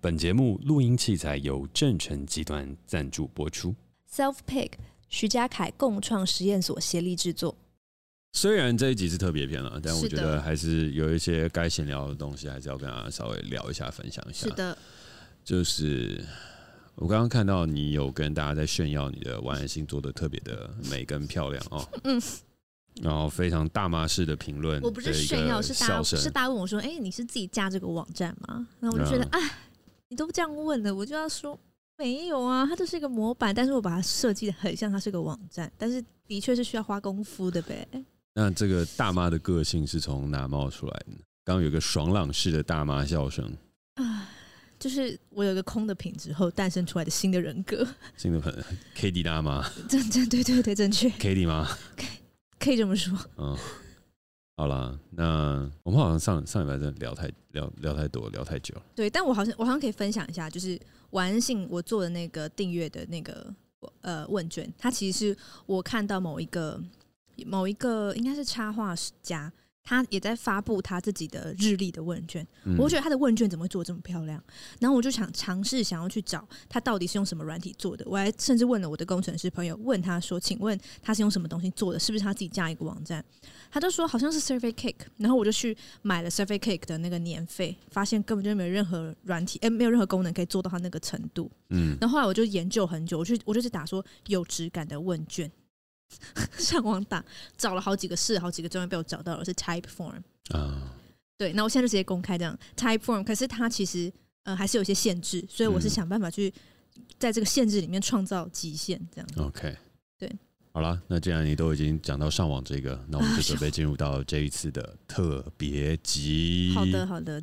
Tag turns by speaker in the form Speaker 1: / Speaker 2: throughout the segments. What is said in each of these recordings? Speaker 1: 本节目录音器材由正成集团赞助播出。
Speaker 2: Self Pick 徐家凯共创实验所协力制作。
Speaker 1: 虽然这一集是特别篇了，但我
Speaker 2: 是
Speaker 1: 觉
Speaker 2: 的
Speaker 1: 得还是有一些该闲聊的东西，还是要跟大家稍微聊一下、分享一下。，
Speaker 2: 的，
Speaker 1: 就是我刚刚看到你有跟大家在炫耀你的晚安星做的特别的美跟漂亮哦，
Speaker 2: 嗯，
Speaker 1: 然后非常大妈式的评论，
Speaker 2: 我不是炫耀，是大家
Speaker 1: 声
Speaker 2: 是大家问我说：“哎、你是自己架这个网站吗？”然后我就觉得，哎、你都这样问了，我就要说没有啊，它就是一个模板，但是我把它设计的很像它是个网站，但是的确是需要花功夫的呗。
Speaker 1: 那这个大妈的个性是从哪冒出来的呢？刚刚有个爽朗式的大妈笑声，
Speaker 2: 啊，就是我有一个空的品质后诞生出来的新的人格，
Speaker 1: 真的很 K D 大妈
Speaker 2: 正正对对对，正确，
Speaker 1: K D 吗？
Speaker 2: 可以这么说。
Speaker 1: 嗯，好啦，那我们好像上上礼拜真的聊太聊聊太多，聊太久了。
Speaker 2: 对，但我好像我好像可以分享一下，就是晚安信我做的那个订阅的那个呃问卷，它其实是我看到某一个某一个应该是插画家，他也在发布他自己的日历的问卷。
Speaker 1: 嗯
Speaker 2: 我觉得他的问卷怎么会做得这么漂亮？然后我就想尝试想要去找他到底是用什么软体做的，我还甚至问了我的工程师朋友，问他说：“请问他是用什么东西做的？是不是他自己架一个网站？”他就说好像是 Survey Cake，然后我就去买了 Survey Cake 的那个年费，发现根本就没有任何软体，哎、没有任何功能可以做到它那个程度。
Speaker 1: 嗯，
Speaker 2: 然后后来我就研究很久，我去我就是打说有质感的问卷， 上网打找了好几个试，好几个终于被我找到了，是 Typeform。
Speaker 1: 啊，
Speaker 2: 对，那我现在就直接公开这样 Typeform，可是它其实呃还是有一些限制，所以我是
Speaker 1: 嗯
Speaker 2: 想办法去在这个限制里面创造极限，这样。
Speaker 1: OK，
Speaker 2: 对，
Speaker 1: 好啦，那既然你都已经讲到上网这个，那我们就
Speaker 2: 哎呦
Speaker 1: 准备进入到这一次的特别集。
Speaker 2: 好的，好的，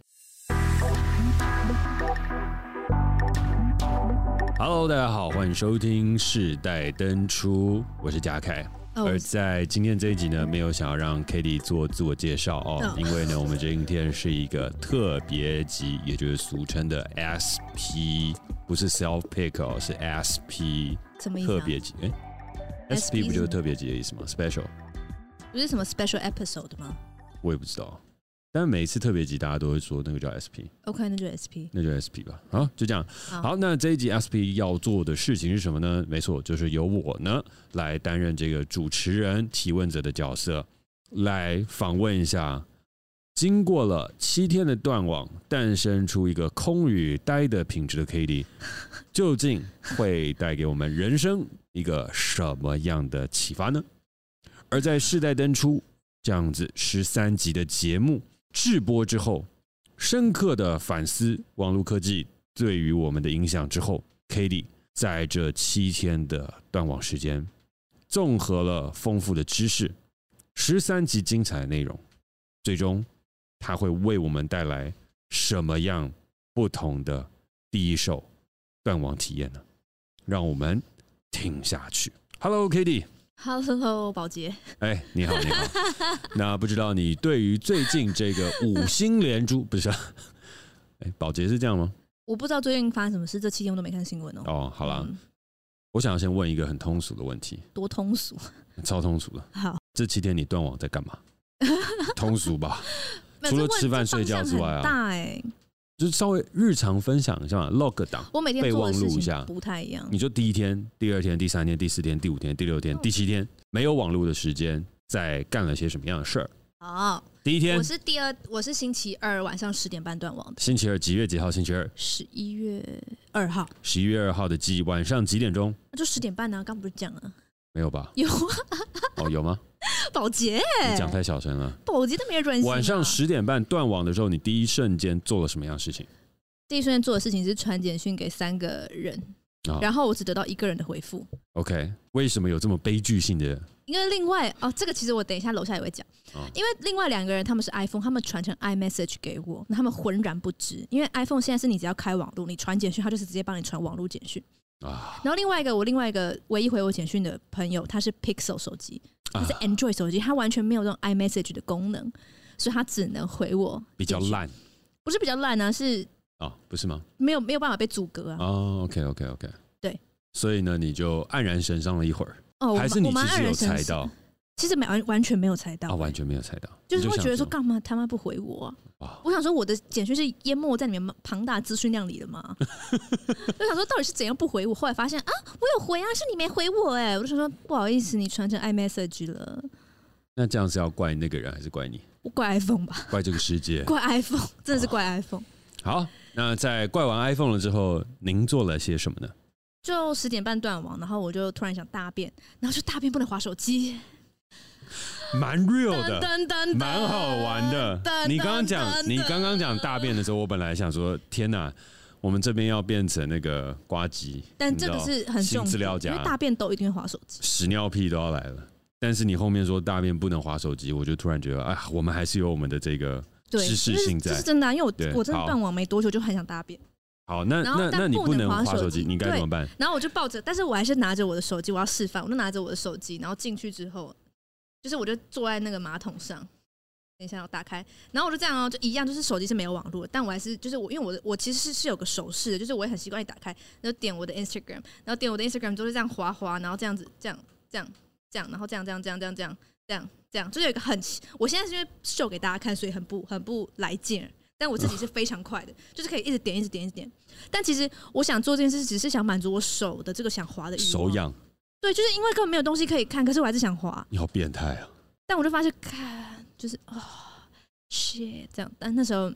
Speaker 1: ，Hello，大家好，欢迎收听《世代登出》，我是贾凯。
Speaker 2: 哦，
Speaker 1: 而在今天这一集呢，没有想要让 k a t i e 做自我介绍哦，
Speaker 2: 嗯
Speaker 1: 因为呢，我们今天是一个特别集，也就是俗称的 SP，不是 Self Pick 哦，是 SP
Speaker 2: 什么意思、
Speaker 1: 特
Speaker 2: 啊？
Speaker 1: 别集。哎、s
Speaker 2: SP
Speaker 1: p 不就是
Speaker 2: 是
Speaker 1: 特别集的意思吗？Special，
Speaker 2: 不是什么 special episode 吗
Speaker 1: 我也不知道。但每一次特别集，大家都会说那个叫 SP，
Speaker 2: ？OK，那就 SP。
Speaker 1: 那就 SP 吧。好，就这样。
Speaker 2: 好
Speaker 1: 好，那这一集 SP 要做的事情是什么呢？没错，就是由我呢来担任这个主持人、提问者的角色，来访问一下。经过了七天的断网，诞生出一个空与呆的品质的 k d 究竟会带给我们人生一个什么样的启发呢？而在世代登出这样子十三集的节目制播之后，深刻的反思网络科技对于我们的影响之后 k d 在这七天的断网时间，综合了丰富的知识，十三集精彩内容，最终它会为我们带来什么样不同的第一手断网体验呢？让我们听下去。Hello, k d
Speaker 2: Hello，宝 洁，
Speaker 1: 哎，你好，你好。那不知道你对于最近这个五星连珠不是啊？哎，保洁是这样吗？
Speaker 2: 我不知道最近发生什么事，这期间我都没看新闻哦。
Speaker 1: 哦，好啦，
Speaker 2: 嗯
Speaker 1: 我想要先问一个很通俗的问题，
Speaker 2: 多通俗。
Speaker 1: 超通俗的。
Speaker 2: 好，
Speaker 1: 这七天你断网在干嘛？通俗吧，
Speaker 2: 没有
Speaker 1: 除了
Speaker 2: 这问
Speaker 1: 吃饭
Speaker 2: 这方
Speaker 1: 睡觉
Speaker 2: 向
Speaker 1: 之外啊
Speaker 2: 很大哎、
Speaker 1: 就是稍微日常分享一下嘛，log 档。
Speaker 2: 我每天
Speaker 1: 备
Speaker 2: 做的
Speaker 1: 忘录
Speaker 2: 事
Speaker 1: 一下
Speaker 2: 情不太一样。
Speaker 1: 你就第一天、第二天、第三天、第四天、第五天、第六天、第七天没有网络的时间，在干了些什么样的事儿？
Speaker 2: 好，
Speaker 1: 第一天
Speaker 2: 我，是第二，我是星期二晚上十点半断网的，
Speaker 1: 星期二几月几号？星期二，
Speaker 2: 十一月二号，
Speaker 1: 十一月二号的记忆，晚上几点钟？
Speaker 2: 那就十点半呢、刚不是讲了？
Speaker 1: 没有吧？
Speaker 2: 有啊，
Speaker 1: 哦，有 吗？
Speaker 2: 宝洁，
Speaker 1: 你讲太小声了。
Speaker 2: 宝洁都没有专心啊、
Speaker 1: 晚上十点半断网的时候，你第一瞬间做了什么样的事情？
Speaker 2: 第一瞬间做的事情是传简讯给三个人，
Speaker 1: 啊
Speaker 2: 然后我只得到一个人的回复。
Speaker 1: OK，为什么有这么悲剧性的？
Speaker 2: 因为另外哦，这个其实我等一下楼下也会讲，
Speaker 1: 哦
Speaker 2: 因为另外两个人他们是 iPhone，他们传成 iMessage 给我，那他们浑然不知，因为 iPhone 现在是你只要开网络，你传简讯，他就是直接帮你传网络简讯
Speaker 1: 啊
Speaker 2: 然后另外一个我另外一个唯一回我简讯的朋友，他是 Pixel 手机，
Speaker 1: 啊
Speaker 2: 他是 Android 手机，他完全没有这种 iMessage 的功能，所以他只能回我
Speaker 1: 比较
Speaker 2: 简讯，
Speaker 1: 烂
Speaker 2: 不是比较烂呢、啊是
Speaker 1: 哦，不是吗？
Speaker 2: 没有没有办法被阻隔啊。
Speaker 1: 哦，OK，OK，OK、o k OK OK，
Speaker 2: 对，
Speaker 1: 所以呢，你就黯然神伤了一会儿，
Speaker 2: 哦，我
Speaker 1: 还
Speaker 2: 蛮
Speaker 1: 是你
Speaker 2: 我蛮
Speaker 1: 其
Speaker 2: 黯
Speaker 1: 实有
Speaker 2: 然神
Speaker 1: 猜
Speaker 2: 伤
Speaker 1: 到？
Speaker 2: 其实没完完全没有猜到、
Speaker 1: 啊，完全没有猜到，
Speaker 2: 就是
Speaker 1: 你
Speaker 2: 会觉得说
Speaker 1: 想
Speaker 2: 干嘛他妈不回我啊、
Speaker 1: 哇
Speaker 2: 我想说我的简讯是淹没在你们庞大资讯量里的吗？ 就想说到底是怎样不回我？后来发现啊，我有回啊，是你没回我哎、我就想说不好意思，你传成 iMessage 了，
Speaker 1: 那这样是要怪那个人还是怪你？
Speaker 2: 我怪 iPhone 吧，
Speaker 1: 怪这个世界？
Speaker 2: 怪 iPhone，真的 是怪 iPhone。
Speaker 1: 好，那在怪完 iPhone 了之后，您做了些什么呢？
Speaker 2: 就十点半断网，然后我就突然想大便，然后就大便不能划手 机，
Speaker 1: 蛮 real
Speaker 2: 噔
Speaker 1: 的，
Speaker 2: 噔噔，
Speaker 1: 蛮好玩的
Speaker 2: 噔。
Speaker 1: 你刚刚讲
Speaker 2: 噔，噔
Speaker 1: 你刚刚讲大便的时候，我本来想说，天哪，我们这边要变成那个瓜吉，
Speaker 2: 但
Speaker 1: 你知
Speaker 2: 这个
Speaker 1: 道
Speaker 2: 是很
Speaker 1: 新
Speaker 2: 重
Speaker 1: 资料
Speaker 2: 要，因
Speaker 1: 夹
Speaker 2: 为大便都一定会划手机。
Speaker 1: 屎尿屁都要来了。但是你后面说大便不能划手机，我就突然觉得，哎，我们还是有我们的这个
Speaker 2: 对，
Speaker 1: 知识
Speaker 2: 这是
Speaker 1: 性
Speaker 2: 这
Speaker 1: 在
Speaker 2: 是真的、啊，因为
Speaker 1: 对
Speaker 2: 我我真
Speaker 1: 好
Speaker 2: 的断网没多久就很想大便，
Speaker 1: 好。那
Speaker 2: 然后
Speaker 1: 那
Speaker 2: 但
Speaker 1: 那你
Speaker 2: 不
Speaker 1: 不
Speaker 2: 能
Speaker 1: 能
Speaker 2: 滑
Speaker 1: 划
Speaker 2: 手
Speaker 1: 手机，
Speaker 2: 机
Speaker 1: 你该
Speaker 2: 对
Speaker 1: 怎么办？
Speaker 2: 然后我就抱着，但是我还是拿着我的手机，我要示范，我就拿着我的手机，然后进去之后，就是我就坐在那个马桶上，等一下我打开，然后我就这样哦、就一样，就是手机是没有网络的，但我还是就是我，因为我的我其实是是有个手势的，就是我也很习惯一打开，然后点我的 Instagram，然后点我的 Instagram 就是这样滑滑，然后这样子，这样这样这样，然后这样这样这样这样这样这样这样，就是有一个很，我现在是因为秀给大家看，所以很不很不来劲儿。但我自己是非常快的，就是可以一直点，一直点，一直点。但其实我想做这件事，只是想满足我手的这个想滑的欲望。
Speaker 1: 手痒，
Speaker 2: 对，就是因为根本没有东西可以看，可是我还是想滑。
Speaker 1: 你好变态啊！
Speaker 2: 但我就发现，看就是哦，shit 这样。但那时候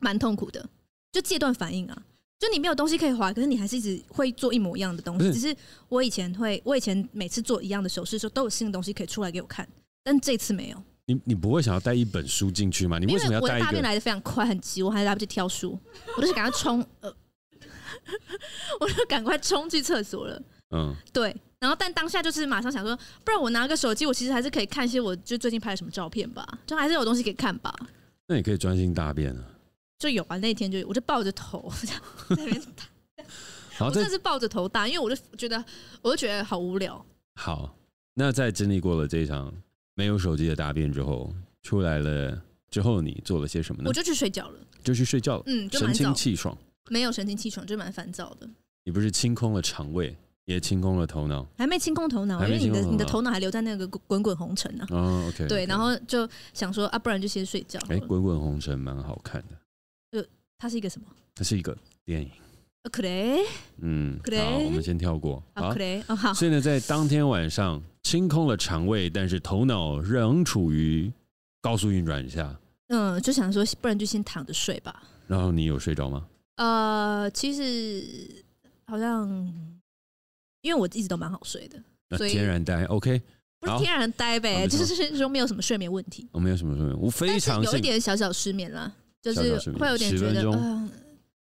Speaker 2: 蛮痛苦的，就戒断反应啊，就你没有东西可以滑，可是你还是一直会做一模一样的东
Speaker 1: 不
Speaker 2: 西。
Speaker 1: 是
Speaker 2: 只是我以前会，我以前每次做一样的手势的时候，都有新的东西可以出来给我看，但这次没有，
Speaker 1: 你你不会想要带一本书进去吗？你
Speaker 2: 因
Speaker 1: 为什么
Speaker 2: 为
Speaker 1: 要
Speaker 2: 我
Speaker 1: 带
Speaker 2: 的
Speaker 1: 一
Speaker 2: 大便
Speaker 1: 个？
Speaker 2: 来的非常快，很急，我还来不及挑书，我就是赶快冲，呃， 我就赶快冲去厕所了。
Speaker 1: 嗯，
Speaker 2: 对，然后但当下就是马上想说，不然我拿个手机，我其实还是可以看一些我就最近拍的什么照片吧，就还是有东西可以看吧。
Speaker 1: 那你可以专心大便啊。
Speaker 2: 就有啊，那天就我就抱着头，这样在那边打
Speaker 1: 然后
Speaker 2: 我真
Speaker 1: 再
Speaker 2: 的是抱着头打，因为我就觉得我就觉得好无聊。
Speaker 1: 好，那在经历过了这一场没有手机的大便之后，出来了之后，你做了些什么呢
Speaker 2: 我？就去睡觉了。
Speaker 1: 就去睡觉了，
Speaker 2: 嗯，就
Speaker 1: 神
Speaker 2: 蛮
Speaker 1: 清
Speaker 2: 早，
Speaker 1: 气爽。
Speaker 2: 没有神清气爽，就蛮烦躁的，
Speaker 1: 你不是清空了肠胃，也清空了头脑。
Speaker 2: 还没清空头脑，
Speaker 1: 还
Speaker 2: 因
Speaker 1: 没
Speaker 2: 为你
Speaker 1: 清空头脑
Speaker 2: 的你的头脑还留在那个滚滚滚红尘呢、啊。
Speaker 1: 哦，OK。
Speaker 2: 对，然后就想说啊，不然就先睡觉好
Speaker 1: 哎，
Speaker 2: 了。
Speaker 1: 滚滚红尘蛮好看的，
Speaker 2: 它是一个什么？
Speaker 1: 它是一个电影。
Speaker 2: 呃克雷，
Speaker 1: 嗯，好，
Speaker 2: Great
Speaker 1: 我们先跳过。
Speaker 2: 啊克雷，哦好，
Speaker 1: 所以呢，在当天晚上清空了肠胃，但是头脑仍处于高速运转下。
Speaker 2: 嗯，就想说，不然就先躺着睡吧。
Speaker 1: 然后你有睡着吗？
Speaker 2: 呃，其实好像因为我一直都蛮好睡的，
Speaker 1: 那
Speaker 2: 所以
Speaker 1: 天然呆，OK，
Speaker 2: 不是
Speaker 1: 好
Speaker 2: 天然呆
Speaker 1: 啊
Speaker 2: 呗，
Speaker 1: 没
Speaker 2: 就
Speaker 1: 错
Speaker 2: 是说没有什么睡眠问题，
Speaker 1: 我没有什么睡眠，我非
Speaker 2: 但是
Speaker 1: 常
Speaker 2: 有一
Speaker 1: 幸
Speaker 2: 点小小失眠啦，就
Speaker 1: 小小
Speaker 2: 是
Speaker 1: 失眠
Speaker 2: 会有点
Speaker 1: 10
Speaker 2: 觉
Speaker 1: 分
Speaker 2: 得，
Speaker 1: 钟
Speaker 2: 嗯、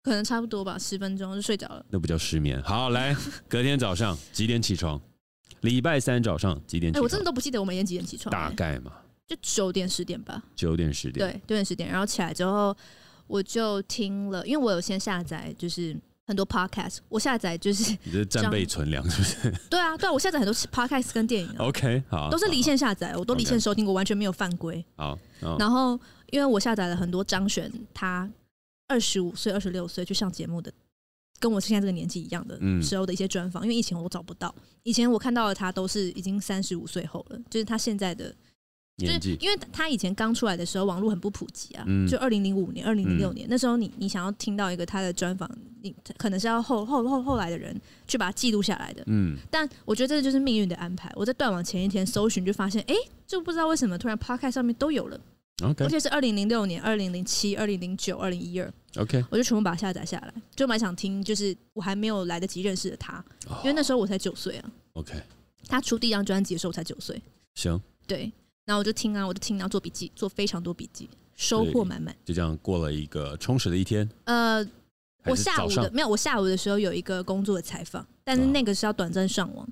Speaker 2: 可能差不多吧，十分钟就睡着了。
Speaker 1: 那不叫失眠。好， 来，隔天早上几点起床？礼拜三早上几点
Speaker 2: 哎、
Speaker 1: 起床？
Speaker 2: 我真的都不记得我每天几点起床、
Speaker 1: 大
Speaker 2: 哎
Speaker 1: 概嘛，
Speaker 2: 就九点十点吧，
Speaker 1: 九点十点。
Speaker 2: 对，九点十点，然后起来之后我就听了，因为我有先下载，就是。很多 podcast，我下载就是
Speaker 1: 你这战备存粮是不是
Speaker 2: 对啊，对啊，我下载很多 podcast 跟电影、啊，
Speaker 1: ？OK，好，
Speaker 2: 都是离
Speaker 1: 好。
Speaker 2: 线下载，我都离
Speaker 1: 哦 OK
Speaker 2: 线收听，我完全没有犯规。
Speaker 1: 好，嗯
Speaker 2: 然后因为我下载了很多张悬他二十五岁、二十六岁去上节目的，跟我现在这个年纪一样的
Speaker 1: 嗯
Speaker 2: 时候的一些专访，因为以前我都找不到，以前我看到的他都是已经三十五岁后了，就是他现在的，就
Speaker 1: 年
Speaker 2: 是
Speaker 1: 纪
Speaker 2: 因为他以前刚出来的时候，网络很不普及啊，
Speaker 1: 嗯
Speaker 2: 就二零零五年、二零零六
Speaker 1: 嗯
Speaker 2: 年、那时候你，你想要听到一个他的专访，你可能是要后后后后来的人去把它记录下来的。
Speaker 1: 嗯，
Speaker 2: 但我觉得这就是命运的安排。我在断网前一天搜寻，就发现，哎、就不知道为什么突然 Podcast 上面都有了。而
Speaker 1: OK
Speaker 2: 且是二零零六年、二零零七、二零零九、二零一二，
Speaker 1: OK，
Speaker 2: 我就全部把它下载下来，就蛮想听，就是我还没有来得及认识的他，因为那时候我才九岁啊，
Speaker 1: 哦 OK
Speaker 2: 他出第一张专辑的时候我才九岁，
Speaker 1: 行，
Speaker 2: 对，然后我就听啊，我就听，然后做笔记，做非常多笔记，收获满满。
Speaker 1: 就这样过了一个充实的一天。
Speaker 2: 呃，
Speaker 1: 还
Speaker 2: 我
Speaker 1: 是
Speaker 2: 下
Speaker 1: 早
Speaker 2: 午
Speaker 1: 上
Speaker 2: 的没有，我下午的时候有一个工作的采访，但是
Speaker 1: 啊
Speaker 2: 那个是要短暂上网。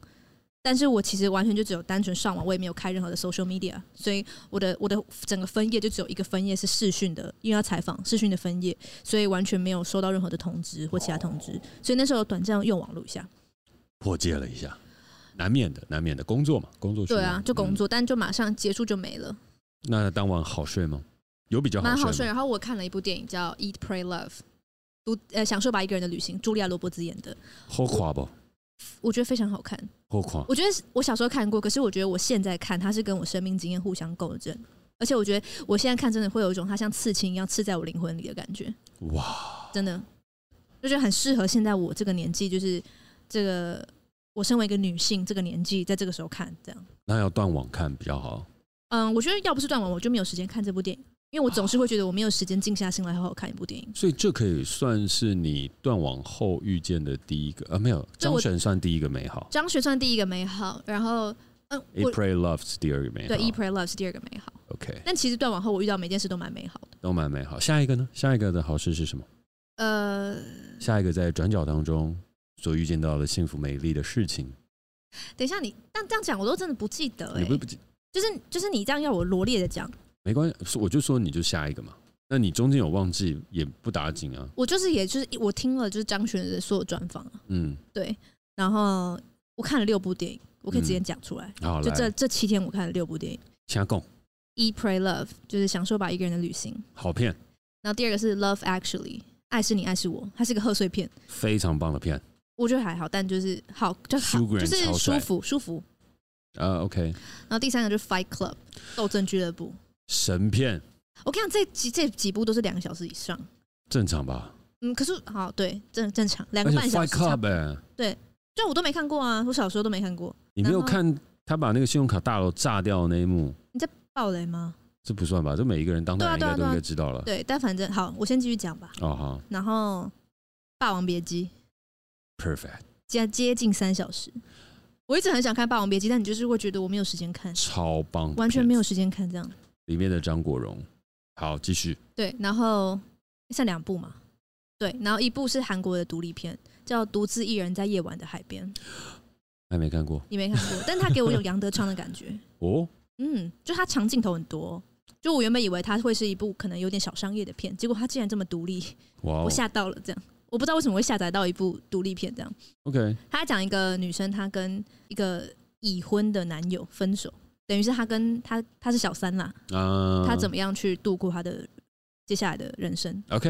Speaker 2: 但是我其实完全就只有单纯上网，我也没有开任何的 social media，所以我的我的整个分页就只有一个分页是视讯的，因为要采访视讯的分页，所以完全没有收到任何的通知或其他通知，
Speaker 1: 哦
Speaker 2: 所以那时候短暂用网络一下，
Speaker 1: 破戒了一下，难免的，难免的工作嘛，工作需要
Speaker 2: 对啊，就工
Speaker 1: 嗯
Speaker 2: 作，但就马上结束就没了，
Speaker 1: 那当晚好睡吗？有比较
Speaker 2: 蛮好
Speaker 1: 好
Speaker 2: 睡。
Speaker 1: 睡吗？
Speaker 2: 然后我看了一部电影叫《Eat Pray Love》，独呃享受吧一个人的旅行，茱莉亚·罗伯兹演的，
Speaker 1: 好垮不？
Speaker 2: 我觉得非常好看。
Speaker 1: 后况
Speaker 2: 我觉得是我小时候看过，可是我觉得我现在看它是跟我生命经验互相构证，而且我觉得我现在看真的会有一种它像刺青一样刺在我灵魂里的感觉，
Speaker 1: 哇，
Speaker 2: 真的，就觉得很适合现在我这个年纪，就是这个我身为一个女性这个年纪，在这个时候看这样。
Speaker 1: 那要断网看比较好。
Speaker 2: 嗯，我觉得要不是断网，我就没有时间看这部电影，因为我总是会觉得我没有时间静下心来好好看一部电影。
Speaker 1: 所以这可以算是你断网后遇见的第一个啊，没有
Speaker 2: 对
Speaker 1: 张
Speaker 2: 我
Speaker 1: 悬算第一个美好
Speaker 2: 张学算第一个美好，然后嗯，我
Speaker 1: ，April Love 是第二个美好，
Speaker 2: 对《E Pray Love》是第二个美好，
Speaker 1: OK
Speaker 2: 但其实断网后我遇到每件事都蛮美好的。
Speaker 1: 都蛮美好。下一个呢？下一个的好事是什么？
Speaker 2: 呃，
Speaker 1: 下一个在转角当中所遇见到的幸福美丽的事情，
Speaker 2: 等一下你，但这样讲我都真的不记得、欸，
Speaker 1: 你不不记
Speaker 2: 就是就是你这样要我罗列的讲，
Speaker 1: 没关系，我就说你就下一个嘛。那你中间有忘记也不打紧啊，
Speaker 2: 我就是也就是我听了就是张悬的所有专访啊，
Speaker 1: 嗯，
Speaker 2: 对，然后我看了六部电影，我可以直接
Speaker 1: 嗯
Speaker 2: 讲出来，
Speaker 1: 好，
Speaker 2: 就这
Speaker 1: 来
Speaker 2: 这七天我看了六部电影，《
Speaker 1: 加共
Speaker 2: E Pray Love》就是享受吧一个人的旅行，
Speaker 1: 好片，
Speaker 2: 然后第二个是《Love Actually》，爱是你，爱是我，它是个贺岁片，
Speaker 1: 非常棒的片，
Speaker 2: 我觉得还好，但就是好就好
Speaker 1: Hugh Grant
Speaker 2: 就是
Speaker 1: 超
Speaker 2: 舒
Speaker 1: 帅
Speaker 2: 服舒服。
Speaker 1: 呃，OK，
Speaker 2: 然后第三个就是《Fight Club》斗争俱乐部，
Speaker 1: 神片，
Speaker 2: 我跟你讲，这几这几部都是两个小时以上。
Speaker 1: 正常吧？
Speaker 2: 嗯，可是好对，正正常两
Speaker 1: 而
Speaker 2: 个
Speaker 1: 且
Speaker 2: 半小
Speaker 1: Fight
Speaker 2: 时差不多，
Speaker 1: Club 哎，
Speaker 2: 对，我都没看过啊，我小时候都没看过。
Speaker 1: 你没有
Speaker 2: 然后
Speaker 1: 看他把那个信用卡大楼炸掉的那一幕，
Speaker 2: 暴雷吗？
Speaker 1: 这不算吧？这每一个人当代人应
Speaker 2: 对啊
Speaker 1: 该都
Speaker 2: 对啊
Speaker 1: 应
Speaker 2: 对
Speaker 1: 该
Speaker 2: 啊
Speaker 1: 知道了。
Speaker 2: 对，但反正好，我先继续讲吧。
Speaker 1: 哦好
Speaker 2: 然后《霸王别姬》
Speaker 1: ，Perfect，
Speaker 2: 接接近三小时，我一直很想看《霸王别姬》，但你就是会觉得我没有时间看，
Speaker 1: 超棒的片，
Speaker 2: 完全没有时间看这样。
Speaker 1: 里面的张国荣。好，继续。
Speaker 2: 对，然后剩两部嘛，对，然后一部是韩国的独立片，叫《独自一人在夜晚的海边》，
Speaker 1: 还没看过
Speaker 2: 你没 看过，但它给我有杨德昌的感觉。
Speaker 1: 哦，
Speaker 2: 嗯，就它长镜头很多，就我原本以为它会是一部可能有点小商业的片，结果它竟然这么独立，
Speaker 1: 哇哦
Speaker 2: 我吓到了。这样，我不知道为什么会下载到一部独立片这样。
Speaker 1: ，OK，
Speaker 2: 他讲一个女生，她跟一个已婚的男友分手，等于是她跟她她是小三啦，
Speaker 1: 啊，
Speaker 2: 她怎么样去度过她的接下来的人生。
Speaker 1: OK，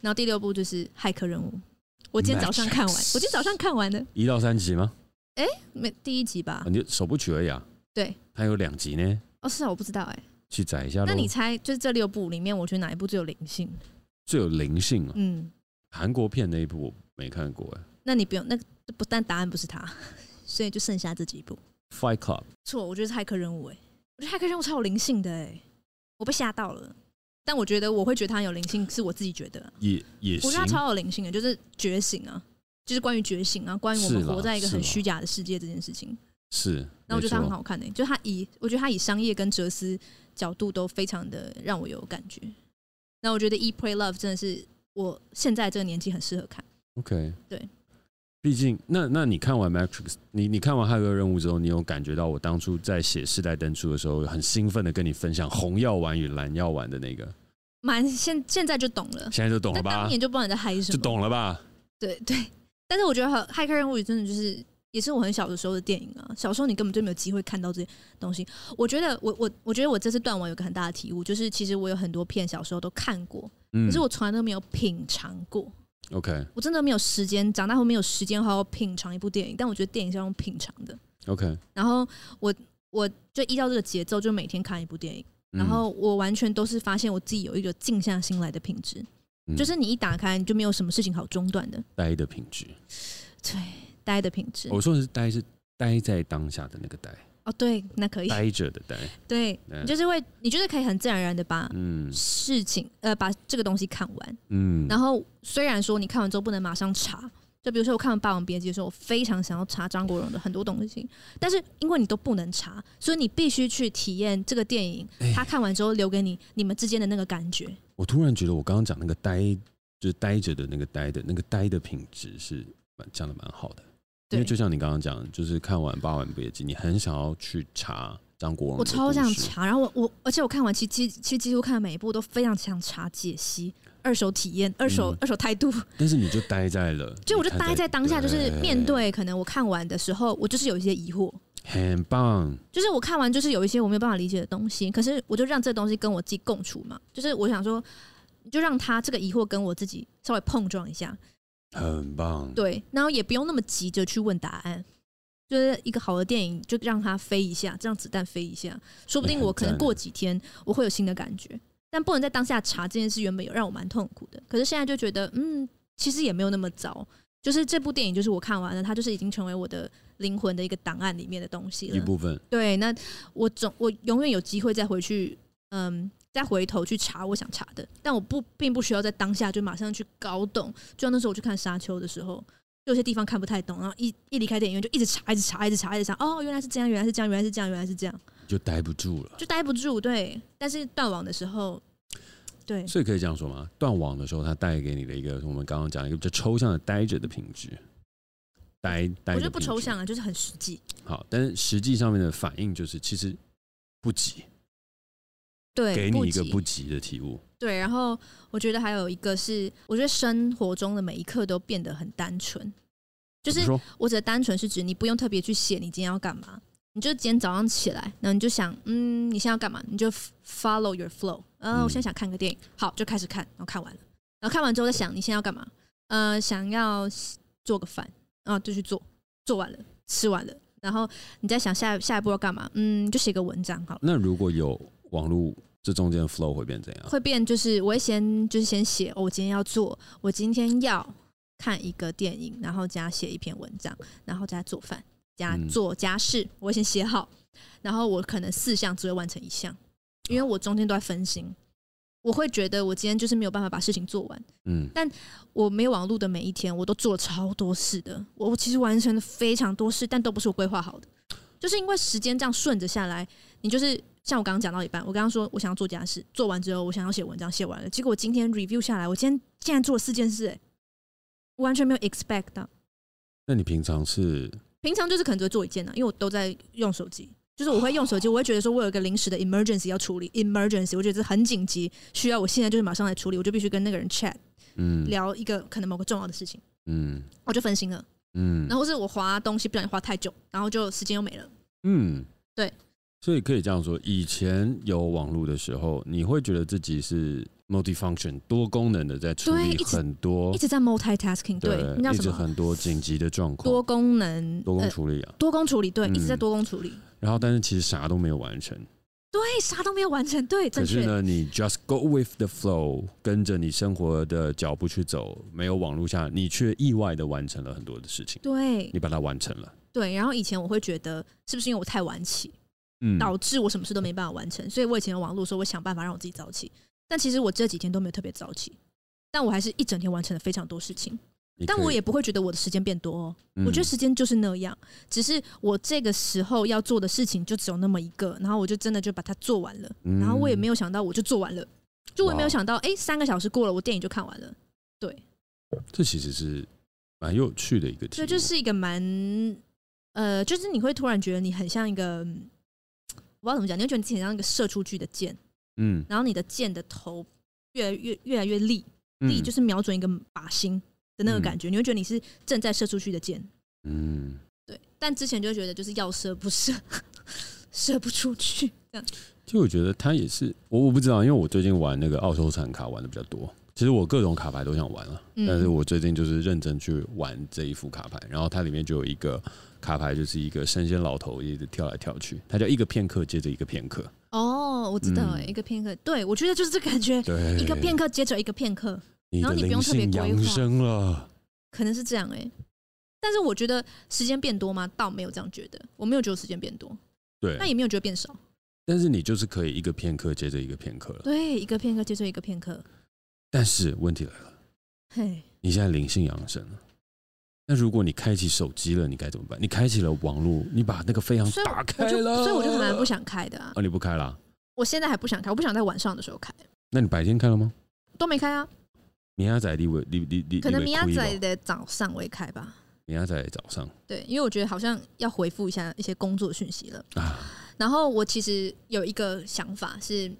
Speaker 2: 然后第六部就是《骇客任务》，我今天早上看完，
Speaker 1: Matrix
Speaker 2: 我今天早上看完的
Speaker 1: 一到三集吗？
Speaker 2: 没第一集
Speaker 1: 啊？
Speaker 2: 吧
Speaker 1: 你就首部曲而已啊。
Speaker 2: 对，
Speaker 1: 它有两集呢，
Speaker 2: 哦，是啊，我不知道哎、
Speaker 1: 去载一下咯。
Speaker 2: 那你猜，就是这六部里面，我觉得哪一部最有灵性？
Speaker 1: 最有灵性啊，
Speaker 2: 嗯，
Speaker 1: 韩国片那一部我没看过哎
Speaker 2: 那你不用，那个不但答案不是他，所以就剩下这几部。
Speaker 1: ，Fight Club
Speaker 2: 错，我觉得是骇客任务哎、我觉得骇客任务超有灵性的哎、我被吓到了。但我觉得我会觉得它有灵性，是我自己觉得啊。
Speaker 1: 也也
Speaker 2: 我觉
Speaker 1: 行
Speaker 2: 得它，超有灵性的，就是觉醒啊，就是关于觉醒啊，关于我们
Speaker 1: 是啦
Speaker 2: 活在一个很
Speaker 1: 是啦
Speaker 2: 虚假的世界这件事情。
Speaker 1: 是，
Speaker 2: 那我觉得它
Speaker 1: 没
Speaker 2: 很
Speaker 1: 错
Speaker 2: 好看诶、欸就它以我觉得它以商业跟哲思角度都非常的让我有感觉。那我觉得《E Pray Love》真的是我现在这个年纪很适合看。
Speaker 1: OK，
Speaker 2: 对，
Speaker 1: 毕竟那那你看完 Matrix，你你看完骇客任务之后，你有感觉到我当初在写世代登出的时候，很兴奋的跟你分享红药丸与蓝药丸的那个，
Speaker 2: 蛮现现在就懂了，
Speaker 1: 现在就懂了
Speaker 2: 但呃当
Speaker 1: 吧？
Speaker 2: 年就不知道你在嗨什
Speaker 1: 就
Speaker 2: 么。
Speaker 1: 懂了吧？
Speaker 2: 对 对，但是我觉得《骇客任务》真的就是也是我很小的时候的电影啊。小时候你根本就没有机会看到这些东西。我觉得我我我觉得我这次断网有个很大的体悟，就是其实我有很多片小时候都看过，
Speaker 1: 嗯，
Speaker 2: 可是我从来都没有品尝过。
Speaker 1: OK
Speaker 2: 我真的没有时间，长大后没有时间好好品尝一部电影。但我觉得电影是要用品尝的。
Speaker 1: OK，
Speaker 2: 然后我我就依照这个节奏，就每天看一部电影。
Speaker 1: 嗯
Speaker 2: 然后我完全都是发现我自己有一个静下心来的品质，
Speaker 1: 嗯
Speaker 2: 就是你一打开，你就没有什么事情好中断的，
Speaker 1: 呆的品质，
Speaker 2: 对，呆的品质。
Speaker 1: 我说的是呆是呆在当下的那个呆，
Speaker 2: 哦，对，那可以，
Speaker 1: 呆着的呆，
Speaker 2: 对，
Speaker 1: 哎嗯
Speaker 2: 你就是会，你就是可以很自然而然的把
Speaker 1: 嗯
Speaker 2: 事情，呃，把这个东西看完。
Speaker 1: 嗯，
Speaker 2: 然后虽然说你看完之后不能马上查，就比如说我看完《霸王别姬》的时候，我非常想要查张国荣的很多东西，但是因为你都不能查，所以你必须去体验这个电影，
Speaker 1: 哎
Speaker 2: 他看完之后留给你你们之间的那个感觉。
Speaker 1: 我突然觉得我刚刚讲那个呆，就是呆着的那个呆的那个呆的品质是蛮讲的蛮好的。因
Speaker 2: 对
Speaker 1: 为，就像你刚刚讲，就是看完《霸王别姬》，你很想要去查张国荣，
Speaker 2: 我超想。查，然后我我而且我看完其其其实几乎看每一部都非常想查解析。二手体验，二手、
Speaker 1: 嗯
Speaker 2: 二手态度，
Speaker 1: 但是你就待在了，
Speaker 2: 就我就
Speaker 1: 你看
Speaker 2: 待在当下，就是面
Speaker 1: 对，
Speaker 2: 对可能我看完的时候，我就是有一些疑惑，
Speaker 1: 很棒，
Speaker 2: 就是我看完就是有一些我没有办法理解的东西，可是我就让这东西跟我自己共处嘛，就是我想说，就让他这个疑惑跟我自己稍微碰撞一下，
Speaker 1: 很棒。
Speaker 2: 对，然后也不用那么急着去问答案，就是一个好的电影，就让它飞一下，让子弹飞一下，说不定
Speaker 1: 哎很
Speaker 2: 我可能
Speaker 1: 赞
Speaker 2: 过几天我会有新的感觉，但不能在当下查这件事，原本有让我蛮痛苦的，可是现在就觉得，嗯，其实也没有那么糟。就是这部电影，就是我看完了，它就是已经成为我的灵魂的一个档案里面的东西了。
Speaker 1: 一部分
Speaker 2: 对，那我总我永远有机会再回去，嗯，再回头去查我想查的，但我不并不需要在当下就马上去搞懂。就像那时候我去看《沙丘》的时候，有些地方看不太懂，然后一一离开电影院就一直查，一直查，一直查，一直查。哦，原来是这样，原来是这样，原来是这样，原来是这样，
Speaker 1: 就待不住了。
Speaker 2: 就待不住。对，但是断网的时候，对，
Speaker 1: 所以可以这样说吗？断网的时候，它带给你的一个我们刚刚讲的一个比较抽象的呆着的品质，呆呆。
Speaker 2: 我觉得不抽象。啊，就是很实际。
Speaker 1: 好，但是实际上面的反应就是，其实不急，
Speaker 2: 对，
Speaker 1: 给你一个
Speaker 2: 急
Speaker 1: 不急的体悟。
Speaker 2: 对，然后我觉得还有一个是，我觉得生活中的每一刻都变得很单纯，就
Speaker 1: 怎
Speaker 2: 是
Speaker 1: 么说
Speaker 2: 我指的单纯是指你不用特别去写你今天要干嘛，你就今天早上起来，然后你就想，嗯，你现在要干嘛？你就 f- follow your flow。呃，我现在想看个电影，好，就开始看，然后看完了，然后看完之后再想你现在要干嘛？呃，想要做个饭，啊，就去做，做完了，吃完了，然后你再想下下一步要干嘛？嗯，就写个文章好了。
Speaker 1: 那如果有网络，这中间的 flow 会变怎样？
Speaker 2: 会变就是我会先就是先写、哦我今天要做，我今天要看一个电影，然后加写一篇文章，然后加做饭，加
Speaker 1: 嗯
Speaker 2: 做家事，我会先写好，然后我可能四项只会完成一项，因为我中间都在分心。我会觉得我今天就是没有办法把事情做完。
Speaker 1: 嗯，
Speaker 2: 我没有网络的每一天，我都做了超多事的。我我其实完成了非常多事，但都不是我规划好的。就是因为时间这样顺着下来，你就是像我刚刚讲到一半，我刚刚说我想要做家事，做完之后我想要写文章，写完了，结果我今天 review 下来，我今天竟然做了四件事、欸，我完全没有 expect 到。
Speaker 1: 那你平常是
Speaker 2: 平常就是可能只会做一件呢、啊因为我都在用手机。就是我会用手机，我会觉得说我有一个临时的 emergency 要处理，emergency 我觉得这很紧急，需要我现在就是马上来处理，我就必须跟那个人 chat
Speaker 1: 嗯
Speaker 2: 聊一个可能某个重要的事情，
Speaker 1: 嗯
Speaker 2: 我就分心了。
Speaker 1: 嗯，
Speaker 2: 然后是我划东西不小心划太久，然后就时间又没了。
Speaker 1: 嗯，
Speaker 2: 对，
Speaker 1: 所以可以这样说：以前有网络的时候，你会觉得自己是 multifunction 多功能的，在处
Speaker 2: 对
Speaker 1: 理
Speaker 2: 一直
Speaker 1: 很多
Speaker 2: 一直在 multitasking，对，那叫
Speaker 1: 哦一
Speaker 2: 什
Speaker 1: 直
Speaker 2: 么？
Speaker 1: 很多紧急的状况，
Speaker 2: 多功能，
Speaker 1: 多工
Speaker 2: 呃，
Speaker 1: 处理啊。
Speaker 2: 多工处理，对，
Speaker 1: 嗯
Speaker 2: 一直在多工处理，
Speaker 1: 然后，但是其实啥都没有完成。
Speaker 2: 对，啥都没有完成，对，正
Speaker 1: 可是
Speaker 2: 确，
Speaker 1: 呢，你 just go with the flow，跟着你生活的脚步去走，没有网络下，你却意外的完成了很多的事情，
Speaker 2: 对
Speaker 1: 你把它完成了。
Speaker 2: 对。然后以前我会觉得是不是因为我太晚起，
Speaker 1: 嗯，
Speaker 2: 导致我什么事都没办法完成，所以我以前有网络说我想办法让我自己早起，但其实我这几天都没有特别早起，但我还是一整天完成了非常多事情，
Speaker 1: 你
Speaker 2: 但
Speaker 1: 可以
Speaker 2: 我也不会觉得我的时间变多哦。我觉得
Speaker 1: 嗯
Speaker 2: 时间就是那样，只是我这个时候要做的事情就只有那么一个，然后我就真的就把它做完了，
Speaker 1: 嗯
Speaker 2: 然后我也没有想到我就做完了，就我也没有
Speaker 1: 哇
Speaker 2: 想到，哎、三个小时过了，我电影就看完了，对，
Speaker 1: 嗯这其实是蛮有趣的一个题
Speaker 2: 所
Speaker 1: 目，
Speaker 2: 以就是一个蛮，呃，就是你会突然觉得你很像一个，嗯我不知道怎么讲，你会觉得你自己很像一个射出去的箭，
Speaker 1: 嗯，
Speaker 2: 然后你的箭的头越来越越来越利，利
Speaker 1: 嗯
Speaker 2: 就是瞄准一个靶心的那个感觉，你会觉得你是正在射出去的箭，
Speaker 1: 嗯，
Speaker 2: 对，但之前就会觉得就是要射不 射，射不出去这样。
Speaker 1: 就我觉得它也是我我不知道，因为我最近玩那个澳洲产卡玩的比较多。其实我各种卡牌都想玩了、啊
Speaker 2: 嗯
Speaker 1: 但是我最近就是认真去玩这一副卡牌，然后它里面就有一个卡牌，就是一个神仙老头一直跳来跳去，它叫一个片刻接着一个片刻，
Speaker 2: 哦，我知道、
Speaker 1: 嗯
Speaker 2: 一个片刻，对我觉得就是这个感觉，
Speaker 1: 对，
Speaker 2: 一个片，刻接着一个片刻，
Speaker 1: 你
Speaker 2: 然
Speaker 1: 的
Speaker 2: 后你不用
Speaker 1: 灵
Speaker 2: 特别
Speaker 1: 性
Speaker 2: 规划
Speaker 1: 扬升了，
Speaker 2: 可能是这样哎、但是我觉得时间变多吗？倒没有这样觉得，我没有觉得时间变多，
Speaker 1: 对
Speaker 2: 但，也没有觉得变少。
Speaker 1: 但是你就是可以一个片刻接着一个片刻了。
Speaker 2: 对，一个片刻接着一个片刻，
Speaker 1: 但是问题来了，
Speaker 2: 嘿，
Speaker 1: 你现在灵性扬升了。那如果你开启手机了，你该怎么办？你开启了网络，你把那个飞扬
Speaker 2: 所以我
Speaker 1: 打
Speaker 2: 我
Speaker 1: 开
Speaker 2: 就
Speaker 1: 了，
Speaker 2: 所以我就蛮不想开的啊，
Speaker 1: 哦，你不开了啊、
Speaker 2: 我现在还不想开，我不想在晚上的时候开，
Speaker 1: 那你白天开了吗？
Speaker 2: 都没开啊，
Speaker 1: 明仔仔你会你你你
Speaker 2: 可能明
Speaker 1: 你
Speaker 2: 天
Speaker 1: 会
Speaker 2: 仔
Speaker 1: 亏吧
Speaker 2: 的早上我会开吧。
Speaker 1: 明仔仔早上
Speaker 2: 对，因为我觉得好像要回复一下一些工作讯息了。
Speaker 1: 啊，
Speaker 2: 然后我其实有一个想法是，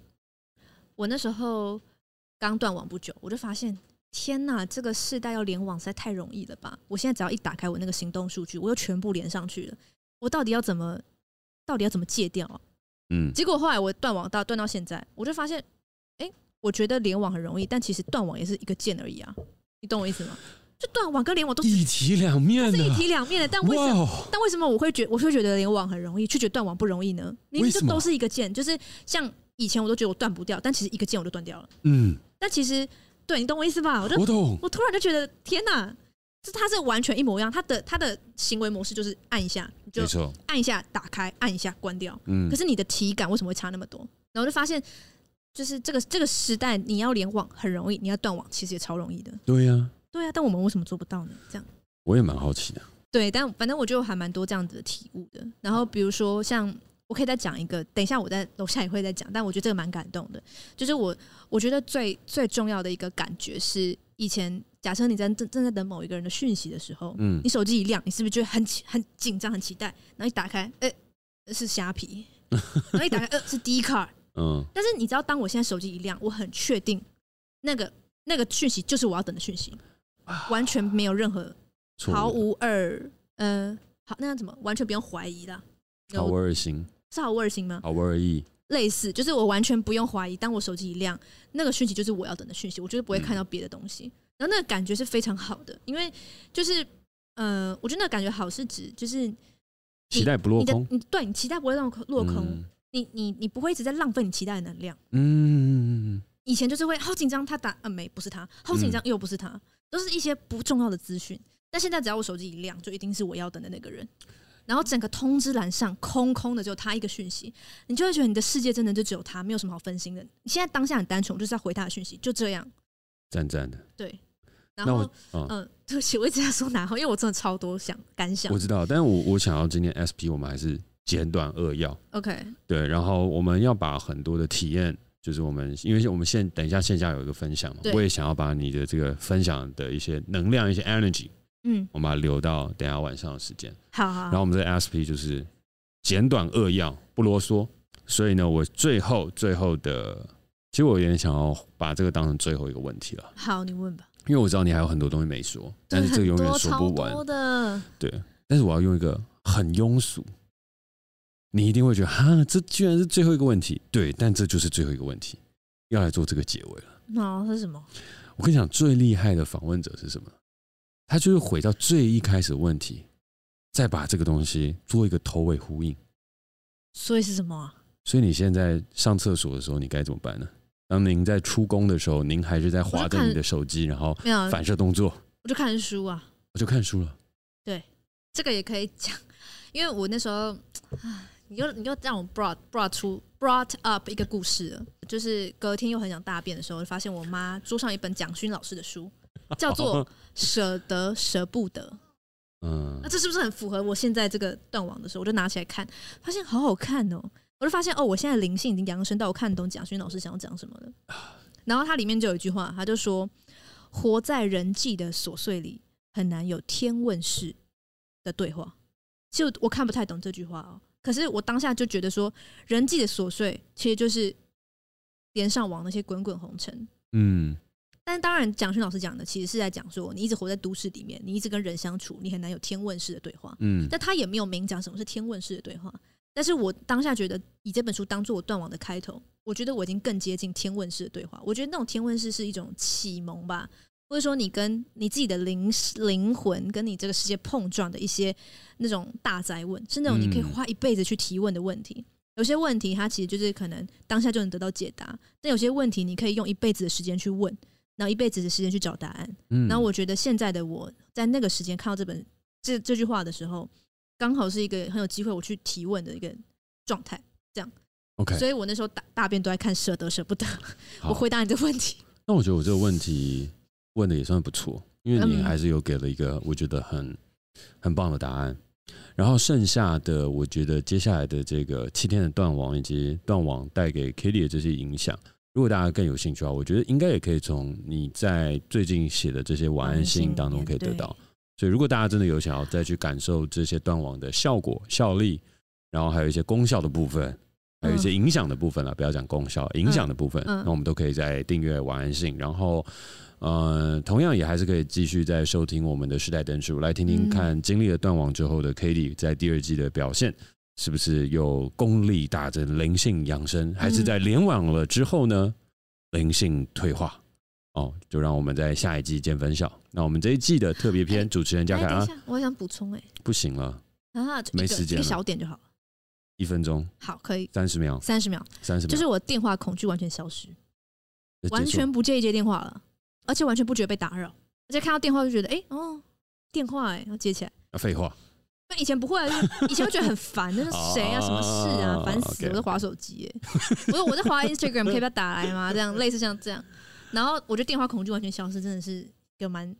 Speaker 2: 我那时候刚断网不久，我就发现，天呐，这个世代要联网实在太容易了吧！我现在只要一打开我那个行动数据，我又全部连上去了。我到底要怎么，到底要怎么戒掉啊？
Speaker 1: 嗯，
Speaker 2: 结果后来我断网到断到现在，我就发现，哎，我觉得联网很容易，但其实断网也是一个键而已啊。你懂我意思吗？就断网跟联网都
Speaker 1: 一
Speaker 2: 是
Speaker 1: 体两面啊
Speaker 2: 一
Speaker 1: 的，
Speaker 2: 体两面的，但为什
Speaker 1: 哇
Speaker 2: 么？
Speaker 1: 哦，
Speaker 2: 但为什么我会觉我会觉得联网很容易，却觉得断网不容易呢？明明
Speaker 1: 为
Speaker 2: 就
Speaker 1: 什么
Speaker 2: 都是一个键，就是像以前我都觉得我断不掉，但其实一个键我就断掉了。
Speaker 1: 嗯，
Speaker 2: 但其实对你懂我意思吧？我就
Speaker 1: 我懂，
Speaker 2: 我突然就觉得天哪，这它是完全一模一样，它的它的行为模式就是按一下你就
Speaker 1: 没错，
Speaker 2: 按一下打开，按一下关掉。
Speaker 1: 嗯
Speaker 2: 可，是你的体感为什么会差那么多？然后就发现，就是这个这个时代，你要联网很容易，你要断网其实也超容易的。
Speaker 1: 对呀、
Speaker 2: 对啊，但我们为什么做不到呢？这样
Speaker 1: 我也蛮好奇的，
Speaker 2: 对，但反正我就还蛮多这样子的体悟的。然后比如说像。我可以再讲一个，等一下我在楼下也会再讲，但我觉得这个蛮感动的。就是我，我觉得最最重要的一个感觉是，以前假设你在正正在等某一个人的讯息的时候，
Speaker 1: 嗯
Speaker 2: 你，手机一亮，你是不是就很期很紧张、很期待？然后一打开，哎、是虾皮，然后一打开，呃，是 D card。
Speaker 1: 嗯，
Speaker 2: 但是你知道，当我现在手机一亮，我很确定那个那个讯息就是我要等的讯息，完全没有任何
Speaker 1: 错
Speaker 2: 毫
Speaker 1: 误
Speaker 2: 无二呃，好那样怎么完全不用怀疑啦？
Speaker 1: 的，毫无二心，
Speaker 2: 是毫无二心吗？
Speaker 1: 毫无二意，
Speaker 2: 类似，就是我完全不用怀疑，当我手机一亮，那个讯息就是我要等的讯息，我就是
Speaker 1: 嗯
Speaker 2: 不会看到别的东西。然后那个感觉是非常好的，因为就是呃，我觉得那个感觉好是指就是
Speaker 1: 期待不落
Speaker 2: 你的
Speaker 1: 空，
Speaker 2: 你对你期待不会让落空，
Speaker 1: 嗯
Speaker 2: 你你你不会一直在浪费你期待的能量。
Speaker 1: 嗯，
Speaker 2: 以前就是会好紧张，他打啊没不是他，好紧张又不是他，都是一些不重要的资讯。但现在只要我手机一亮，就一定是我要等的那个人。然后整个通知栏上空空的，只有他一个讯息，你就会觉得你的世界真的就只有他，没有什么好分心的。你现在当下很单纯，我就是要回他的讯息，就这样。
Speaker 1: 赞赞的。
Speaker 2: 对，然
Speaker 1: 那
Speaker 2: 后
Speaker 1: 我，嗯，
Speaker 2: 嗯、对不起，我一直在说哪后，因为我真的超多想感想
Speaker 1: 我。知道，但我我想要今天 SP 我们还是简短扼要，
Speaker 2: OK，
Speaker 1: 对，然后我们要把很多的体验，就是我们因为我们现等一下线下有一个分享嘛
Speaker 2: 对，
Speaker 1: 我也想要把你的这个分享的一些能量、一些 energy，
Speaker 2: 嗯，
Speaker 1: 我们把它留到等一下晚上的时间。
Speaker 2: 好好
Speaker 1: 然后
Speaker 2: 好，
Speaker 1: 我们这 SP 就是简短扼要，不啰嗦。所以呢，我最后最后的，其实我有点想要把这个当成最后一个问题了，
Speaker 2: 好，你问吧。
Speaker 1: 因为我知道你还有很多东西没说，但是这个永
Speaker 2: 很
Speaker 1: 远
Speaker 2: 多
Speaker 1: 说
Speaker 2: 超
Speaker 1: 不完
Speaker 2: 多。的，
Speaker 1: 但是我要用一个很庸俗，你一定会觉得哈，这居然是最后一个问题。对，但这就是最后一个问题，要来做这个结尾了。
Speaker 2: 那是什么？
Speaker 1: 我跟你讲，最厉害的访问者是什么？他就是回到最一开始的问题，再把这个东西做一个头尾呼应。
Speaker 2: 所以是什么啊？
Speaker 1: 所以你现在上厕所的时候，你该怎么办呢？当您在出宫的时候，您还是在划着你的手机，然后
Speaker 2: 没有，啊
Speaker 1: 反射动作，
Speaker 2: 我就看书啊。
Speaker 1: 我就看书了。
Speaker 2: 这个也可以讲，因为我那时候， 唉你又你又让我 brought brought 出 brought up 一个故事了，就是隔天又很想大便的时候，发现我妈桌上一本蒋勋老师的书，叫 做《舍得舍不得》，
Speaker 1: 嗯
Speaker 2: 那，这是不是很符合我现在这个断网的时候？我就拿起来看，发现好好看哦，我就发现哦，我现在灵性已经扬升到我看懂蒋勋老师想要讲什么了。然后它里面就有一句话，他就说：“活在人际的琐碎里，很难有天问世的对话。”其实我看不太懂这句话哦，可是我当下就觉得说，人际的琐碎其实就是连上网那些滚滚红尘，
Speaker 1: 嗯，
Speaker 2: 但是当然，蒋勋老师讲的其实是在讲说，你一直活在都市里面，你一直跟人相处，你很难有天问式的对话。
Speaker 1: 嗯，
Speaker 2: 但他也没有明讲什么是天问式的对话。但是我当下觉得，以这本书当做我断网的开头，我觉得我已经更接近天问式的对话。我觉得那种天问式是一种启蒙吧，或者说你跟你自己的灵灵魂跟你这个世界碰撞的一些那种大灾问，是那种你可以
Speaker 1: 嗯
Speaker 2: 花一辈子去提问的问题。有些问题它其实就是可能当下就能得到解答，但有些问题你可以用一辈子的时间去问，然后一辈子的时间去找答案。
Speaker 1: 嗯
Speaker 2: 然后我觉得现在的我在那个时间看到这本这这句话的时候，刚好是一个很有机会我去提问的一个状态，
Speaker 1: OK，
Speaker 2: 所以我那时候大大便都在看舍得舍不得。
Speaker 1: 好
Speaker 2: 我回答你的 问题，
Speaker 1: 那我觉得我这个问题问的也算不错，因为你
Speaker 2: 嗯
Speaker 1: 还是有给了一个我觉得很很棒的答案。然后剩下的，我觉得接下来的这个七天的断网以及断网带给 Kitty 的这些影响，如果大家更有兴趣的话，我觉得应该也可以从你在最近写的这些晚安信当中可以得到。所以，如果大家真的有想要再去感受这些断网的效果、效力，然后还有一些功效的部分，哎还有一些影响的部分了，不要讲功效，影响的部分，
Speaker 2: 嗯
Speaker 1: 那我们都可以在订阅晚安信，然后。呃，同样也还是可以继续再收听我们的时代灯书，来听
Speaker 2: 嗯
Speaker 1: 听看经历了断网之后的 k a t i e 在第二季的表现，是不是又功力大
Speaker 2: 嗯
Speaker 1: 增、灵性扬升，还是在联网了之后呢，灵性退化？哦，就让我们在下一季见分晓。那我们这一季的特别篇，主持人加
Speaker 2: 哎，
Speaker 1: 凯
Speaker 2: 等一
Speaker 1: 啊，
Speaker 2: 下，我想补充哎、
Speaker 1: 不行了，
Speaker 2: 啊，就一个
Speaker 1: 没时间
Speaker 2: 一
Speaker 1: 了
Speaker 2: 个小点就好了。
Speaker 1: 一分钟
Speaker 2: 好，可以
Speaker 1: 三十秒，
Speaker 2: 三十秒，
Speaker 1: 三十秒
Speaker 2: 就是我电话恐惧完全消失，
Speaker 1: 就
Speaker 2: 完
Speaker 1: 结束
Speaker 2: 全不介意接电话了，而且完全不觉得被打扰，而且看到电话就觉得哎、哦电话哎、要接起来。
Speaker 1: 啊废话，
Speaker 2: 那以前不会、啊，就是以前会觉得很烦，那是谁啊，
Speaker 1: 哦
Speaker 2: 什么事啊，烦死
Speaker 1: OK
Speaker 2: 了！我在划手机、欸，我说我在划 Instagram，可以不要打来吗？这样类似像这样，然后我觉得电话恐惧完全消失，真的是一个蛮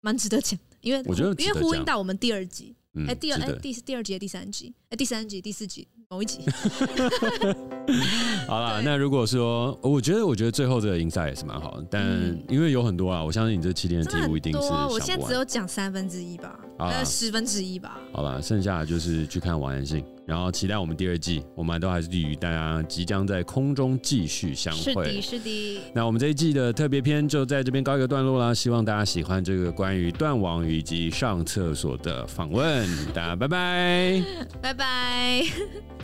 Speaker 2: 蛮值得讲的，因为
Speaker 1: 我觉得值
Speaker 2: 因为
Speaker 1: 得
Speaker 2: 呼应
Speaker 1: 讲
Speaker 2: 到我们第二集，
Speaker 1: 嗯，
Speaker 2: 哎、第二
Speaker 1: 值
Speaker 2: 哎、
Speaker 1: 得
Speaker 2: 第第二集还是第三集哎、第三集第四集某一集，
Speaker 1: 好啦，
Speaker 2: 对
Speaker 1: 那如果说，我觉得，我觉得最后这个 insight 也是蛮好的，但
Speaker 2: 嗯
Speaker 1: 因为有很多啊，我相信你这七天的
Speaker 2: 真
Speaker 1: 题
Speaker 2: 的
Speaker 1: 目一定
Speaker 2: 很
Speaker 1: 是啊
Speaker 2: 多啊、
Speaker 1: 想
Speaker 2: 我现
Speaker 1: 不
Speaker 2: 在只
Speaker 1: 完。
Speaker 2: 有讲三分之一吧，
Speaker 1: 好啦
Speaker 2: 呃十分之一吧，
Speaker 1: 好啦，剩下的就是去看王安信，然后期待我们第二季，我们都还是与大家即将在空中继续相
Speaker 2: 是的，
Speaker 1: 会。
Speaker 2: 是的，
Speaker 1: 那我们这一季的特别篇就在这边告一个段落啦，希望大家喜欢这个关于断网以及上厕所的访问，大家拜拜。
Speaker 2: 拜拜。